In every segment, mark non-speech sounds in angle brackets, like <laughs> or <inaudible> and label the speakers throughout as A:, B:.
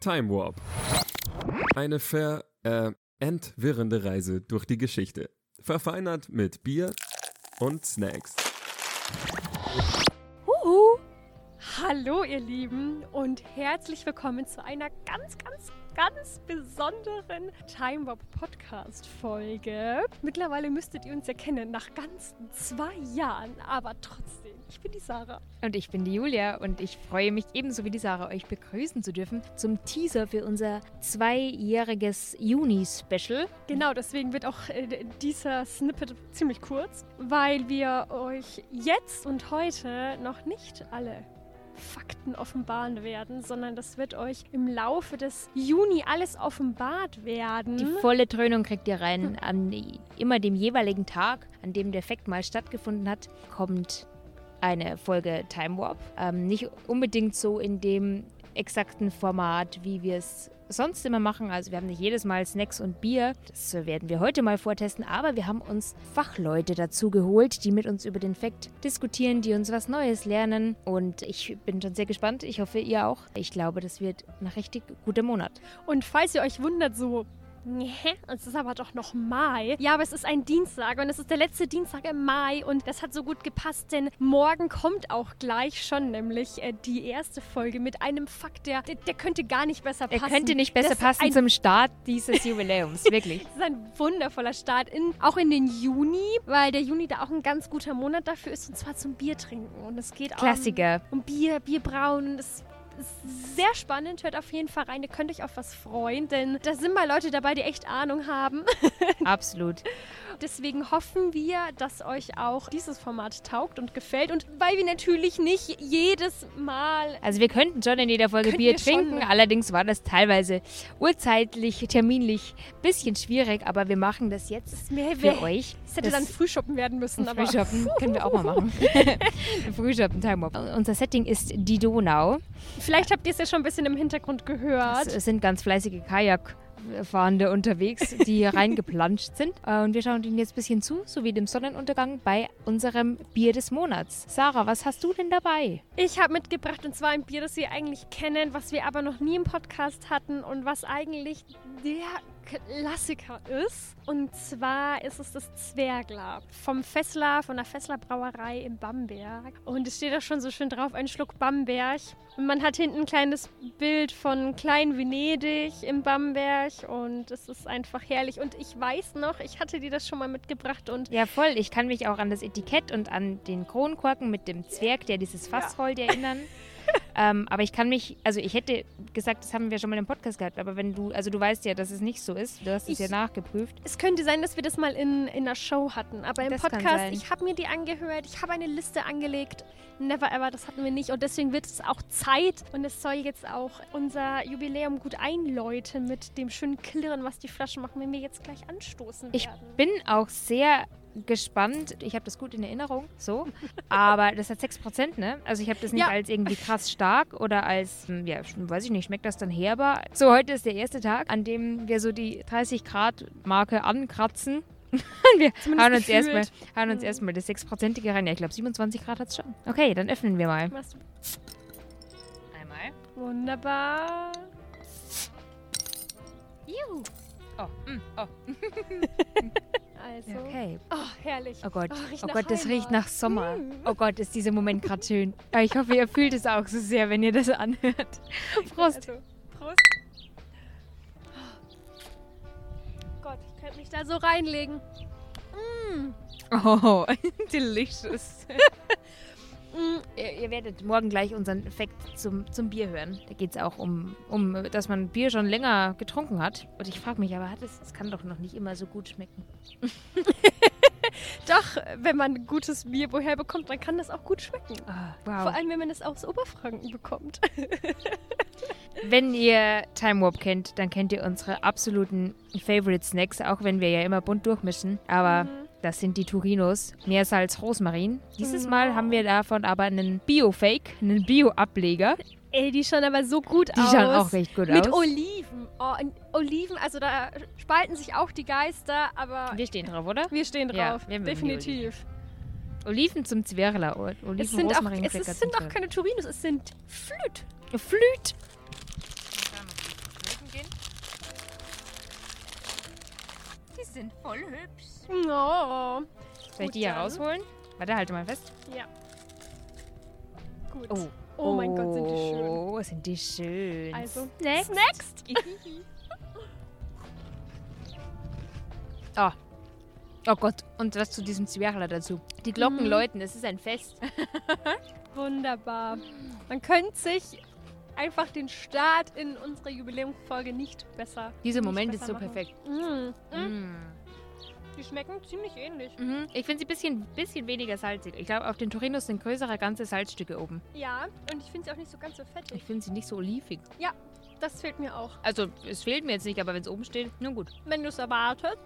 A: Time Warp. Eine ver... Äh, entwirrende Reise durch die Geschichte. Verfeinert mit Bier und Snacks.
B: Huhu. Hallo ihr Lieben und herzlich willkommen zu einer ganz, ganz, ganz besonderen Time Warp Podcast Folge. Mittlerweile müsstet ihr uns ja kennen, nach ganzen zwei Jahren, aber trotzdem, ich bin die Sarah.
C: Und ich bin die Julia und ich freue mich ebenso wie die Sarah, euch begrüßen zu dürfen zum Teaser für unser zweijähriges Juni-Special.
B: Genau, deswegen wird auch äh, dieser Snippet ziemlich kurz, weil wir euch jetzt und heute noch nicht alle Fakten offenbaren werden, sondern das wird euch im Laufe des Juni alles offenbart werden.
C: Die volle Dröhnung kriegt ihr rein. An die- immer dem jeweiligen Tag, an dem der Fact mal stattgefunden hat, kommt eine Folge Time Warp. Ähm, nicht unbedingt so in dem exakten Format, wie wir es sonst immer machen. Also wir haben nicht jedes Mal Snacks und Bier. Das werden wir heute mal vortesten. Aber wir haben uns Fachleute dazu geholt, die mit uns über den Fact diskutieren, die uns was Neues lernen. Und ich bin schon sehr gespannt. Ich hoffe, ihr auch. Ich glaube, das wird ein richtig guter Monat.
B: Und falls ihr euch wundert, so. "Näh, Es ist aber doch noch Mai. Ja, aber es ist ein Dienstag und es ist der letzte Dienstag im Mai und das hat so gut gepasst, denn morgen kommt auch gleich schon nämlich äh, die erste Folge mit einem Fakt, der, der, der könnte gar nicht besser
C: Er
B: passen.
C: könnte nicht besser
B: das
C: passen
B: Ist ein,
C: zum Start dieses
B: <laughs>
C: Jubiläums, wirklich.
B: das ist ein wundervoller Start, in, auch in den Juni, weil der Juni da auch ein ganz guter Monat dafür ist und zwar zum Bier trinken. Und es geht auch
C: Klassiker.
B: um Bier, Bierbrauen. Das ist sehr spannend. Hört auf jeden Fall rein. Ihr könnt euch auf was freuen, denn da sind mal Leute dabei, die echt Ahnung haben. <laughs>
C: Absolut.
B: Deswegen hoffen wir, dass euch auch dieses Format taugt und gefällt. Und weil wir natürlich nicht jedes Mal.
C: Also wir könnten schon in jeder Folge
B: Könnt
C: Bier
B: ihr schon,
C: trinken,
B: ne?
C: allerdings war das teilweise urzeitlich, terminlich ein bisschen schwierig, aber wir machen das jetzt
B: Mehr
C: für euch.
B: Es hätte
C: Das-
B: dann Frühschoppen werden müssen,
C: <laughs>
B: aber.
C: Frühschoppen können wir auch mal
B: <laughs>
C: machen. <laughs> Frühschoppen, Time Warp. Unser Setting ist die Donau.
B: Vielleicht habt ihr es ja schon ein bisschen im Hintergrund gehört.
C: Es sind ganz fleißige Kajakfahrende unterwegs,
B: <laughs>
C: die hier reingeplanscht sind. Äh, Und wir schauen ihnen jetzt ein bisschen zu, sowie dem Sonnenuntergang bei unserem Bier des Monats. Sarah, was hast du denn dabei?
B: Ich habe mitgebracht und zwar ein Bier, das wir eigentlich kennen, was wir aber noch nie im Podcast hatten und was eigentlich der Klassiker ist. Und zwar ist es das Zwergler vom Fessler, von der Fessler Brauerei in Bamberg. Und es steht da schon so schön drauf, ein Schluck Bamberg. Und man hat hinten ein kleines Bild von Klein Venedig in Bamberg und es ist einfach herrlich. Und ich weiß noch, ich hatte dir das schon mal mitgebracht und
C: Ja, voll. Ich kann mich auch an das Etikett und an den Kronkorken mit dem Zwerg, der dieses Fass
B: <laughs>
C: rollt, erinnern. ähm, aber ich kann mich, also ich hätte gesagt, das haben wir schon mal im Podcast gehabt, aber wenn du, also du weißt ja, dass es nicht so ist. Du hast
B: Ich-
C: es ja nachgeprüft.
B: Es könnte sein, dass wir das mal in, in einer Show hatten, aber im
C: Das kann
B: Podcast,
C: sein.
B: ich habe mir die angehört, ich habe eine Liste angelegt. Never ever, das hatten wir nicht und deswegen wird es auch Zeit und es soll jetzt auch unser Jubiläum gut einläuten mit dem schönen Klirren, was die Flaschen machen, wenn wir jetzt gleich anstoßen
C: Ich
B: werden.
C: bin auch sehr gespannt. Ich habe das gut in Erinnerung, so. Aber das hat 6%, ne? Also ich habe das nicht
B: Ja.
C: als irgendwie krass stark oder als, hm, ja, sch- weiß ich nicht, schmeckt das dann herber? So, heute ist der erste Tag, an dem wir so die 30-Grad-Marke ankratzen. wir
B: Zumindest
C: hauen uns,
B: gefühlt.
C: erstmal, hauen uns
B: Mhm.
C: erstmal das 6%ige rein. Ja, ich glaube, 27 Grad hat es schon. Okay, dann öffnen wir mal.
B: Machst du-
C: Einmal.
B: Wunderbar.
C: Juhu. Oh, mm, oh. <laughs>
B: Also.
C: Okay.
B: Oh, herrlich.
C: Oh Gott,
B: riecht
C: oh
B: nach
C: Gott, das riecht
B: Heimat.
C: nach Sommer.
B: Mm.
C: Oh Gott, ist dieser Moment gerade schön. Aber Ich hoffe, ihr fühlt es auch so sehr, wenn ihr das anhört. Prost.
B: Also, Prost. Oh Gott, ich könnte mich da so reinlegen.
C: Oh, <laughs> delicious.
B: Mm,
C: ihr, ihr werdet morgen gleich unseren Fact zum, zum Bier hören. Da geht es auch um, um, dass man Bier schon länger getrunken hat. Und ich frage mich, aber hat es, es kann doch noch nicht immer so gut schmecken.
B: Doch, wenn man gutes Bier woher bekommt, dann kann das auch gut schmecken.
C: Ah,
B: Vor
C: wow.
B: allem, wenn man es aus Oberfranken bekommt. <laughs>
C: Wenn ihr Time Warp kennt, dann kennt ihr unsere absoluten Favorite Snacks, auch wenn wir ja immer bunt durchmischen. Aber
B: Mhm.
C: Das sind die Turinos, Meersalz Rosmarin. Dieses
B: Genau.
C: Mal haben wir davon aber einen Bio-Fake, einen Bio-Ableger.
B: Ey, die schauen aber so gut
C: Die
B: aus.
C: schauen auch recht gut
B: Mit
C: aus.
B: Oliven. Oh, und Oliven, also da spalten sich auch die Geister, aber
C: Wir stehen drauf, oder?
B: wir stehen
C: Ja,
B: drauf.
C: wir mögen die
B: Definitiv.
C: Oliven zum Zwerler. O- Oliven
B: Es sind, auch,
C: Rosmarin
B: es
C: Cracker
B: ist- sind
C: zum
B: auch keine Turinos, es sind Flüt.
C: Zwerler. Flüt.
D: sind voll hübsch.
B: Oh.
C: Soll ich
B: Gut,
C: die hier
B: dann-
C: rausholen? Warte, halte mal fest.
B: Gut.
C: Oh.
B: Oh mein Gott, sind die schön.
C: Oh, sind die schön.
B: Also,
C: Next.
B: next.
C: Oh Gott, und was zu diesem Zwerchler dazu? Die Glocken
B: Mhm.
C: läuten, es ist ein Fest.
B: Wunderbar. Man könnte sich einfach den Start in unsere Jubiläumsfolge nicht besser.
C: Dieser
B: nicht
C: Moment
B: besser
C: ist so
B: machen.
C: perfekt.
B: Mm. Mm.
C: Mm.
B: Die schmecken ziemlich ähnlich.
C: Mhm. Ich finde sie ein bisschen, bisschen weniger salzig. Ich glaube, auf den Torinos sind größere ganze Salzstücke oben.
B: Ja, und ich finde sie auch nicht so ganz so fettig.
C: Ich finde sie nicht so olivig.
B: Das fehlt mir auch.
C: Also, es fehlt mir jetzt nicht, aber wenn es oben steht, nun gut.
B: Wenn du es erwartest.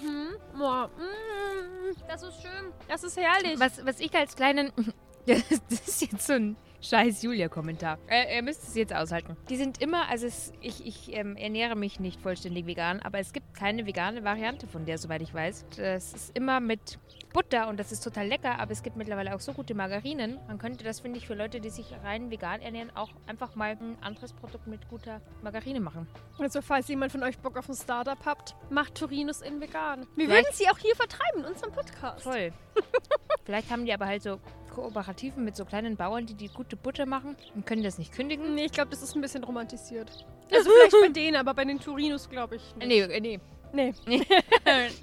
B: Mhm. Boah. Mm. Das ist schön. Das ist herrlich.
C: Was, was ich als kleinen. <laughs> Das ist jetzt so ein scheiß Julia-Kommentar. Äh, ihr müsst es jetzt aushalten. Die sind immer, also es, ich, ich ähm, ernähre mich nicht vollständig vegan, aber es gibt keine vegane Variante von der, soweit ich weiß. Das ist immer mit Butter und das ist total lecker, aber es gibt mittlerweile auch so gute Margarinen. Man könnte das, finde ich, für Leute, die sich rein vegan ernähren, auch einfach mal ein anderes Produkt mit guter Margarine machen.
B: Also, falls jemand von euch Bock auf ein Startup habt, macht Turinus in vegan. Wir
C: Vielleicht-
B: würden sie auch hier vertreiben in unserem Podcast.
C: Toll. <laughs> Vielleicht haben die aber halt so Kooperativen mit so kleinen Bauern, die die gute Butter machen und können das nicht kündigen.
B: Nee, ich glaube, das ist ein bisschen romantisiert. Also vielleicht bei denen, aber bei den Turinus glaube ich nicht.
C: Nee, äh, nee.
B: Nee. <laughs>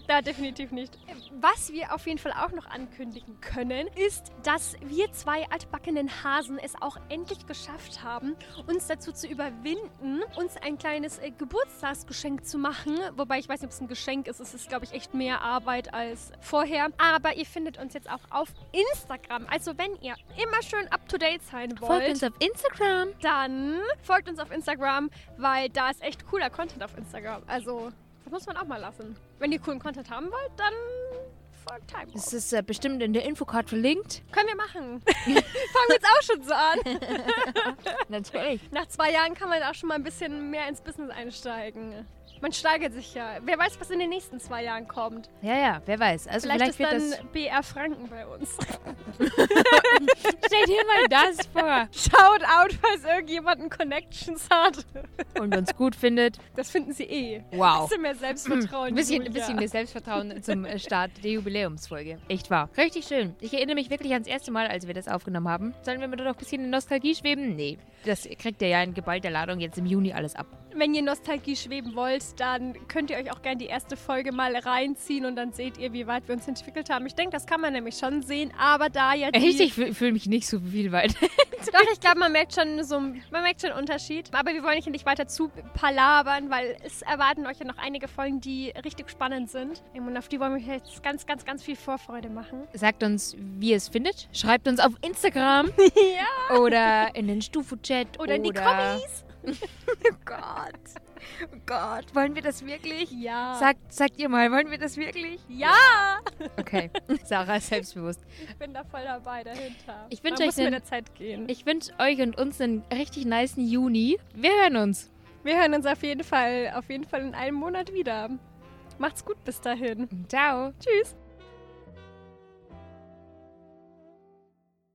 B: da definitiv nicht. Was wir auf jeden Fall auch noch ankündigen können, ist, dass wir zwei altbackenen Hasen es auch endlich geschafft haben, uns dazu zu überwinden, uns ein kleines äh, Geburtstagsgeschenk zu machen. Wobei ich weiß nicht, ob es ein Geschenk ist. Es ist, glaube ich, echt mehr Arbeit als vorher. Aber ihr findet uns jetzt auch auf Instagram. Also wenn ihr immer schön up-to-date sein wollt
C: Folgt uns auf Instagram.
B: dann folgt uns auf Instagram, weil da ist echt cooler Content auf Instagram. Also, das muss man auch mal lassen. Wenn ihr coolen Content haben wollt, dann folgt Time.
C: Das ist äh, bestimmt in der Infocard verlinkt.
B: Können wir machen. Fangen wir jetzt auch schon so an.
C: <laughs> Natürlich.
B: Nach zwei Jahren kann man auch schon mal ein bisschen mehr ins Business einsteigen. Man steigert sich ja. Wer weiß, was in den nächsten zwei Jahren kommt.
C: Ja, ja, wer weiß. Also vielleicht,
B: Vielleicht, ist
C: wird
B: dann BR Franken bei uns.
C: das. <laughs> Stellt dir mal das vor.
B: <laughs> Shout out, falls irgendjemanden Connections hat.
C: Und uns gut findet.
B: Das finden sie eh. Ein
C: Wow.
B: bisschen mehr Selbstvertrauen.
C: Ein bisschen, ein
B: Julia.
C: bisschen mehr Selbstvertrauen zum äh, Start der Jubiläumsfolge. Echt wahr. Richtig schön. Ich erinnere mich wirklich ans erste Mal, als wir das aufgenommen haben. Sollen wir da noch ein bisschen in Nostalgie schweben? Nee. Das kriegt ihr ja in geballter Ladung jetzt im Juni alles ab.
B: Wenn ihr Nostalgie schweben wollt, dann könnt ihr euch auch gerne die erste Folge mal reinziehen und dann seht ihr, wie weit wir uns entwickelt haben. Ich denke, das kann man nämlich schon sehen, aber da ja die...
C: Echt? Ich fühle fühl mich nicht so viel weit.
B: Doch, ich glaube, man merkt schon so, man merkt schon einen Unterschied. Aber wir wollen euch ja nicht weiter zu palabern, weil es erwarten euch ja noch einige Folgen, die richtig spannend sind. Und auf die wollen wir euch jetzt ganz, ganz, ganz viel Vorfreude
C: <laughs>
B: machen.
C: Sagt uns, wie ihr es findet. Schreibt uns auf Instagram.
B: ja.
C: Oder in den Stufu-Chat.
B: Oder in die Kommis.
C: Oh Gott. Oh Gott. Wollen wir das wirklich?
B: Ja.
C: Sagt, sagt ihr mal, wollen wir das wirklich?
B: ja,
C: Okay. <laughs> Sarah ist selbstbewusst.
B: ich bin da voll dabei dahinter.
C: Ich
B: Man
C: wünsche euch
B: muss mit
C: einen-
B: der Zeit gehen.
C: Ich wünsche euch und uns einen richtig niceen Juni. Wir hören uns.
B: Wir hören uns auf jeden Fall, auf jeden Fall in einem Monat wieder. Macht's gut bis dahin.
C: Ciao.
B: Tschüss.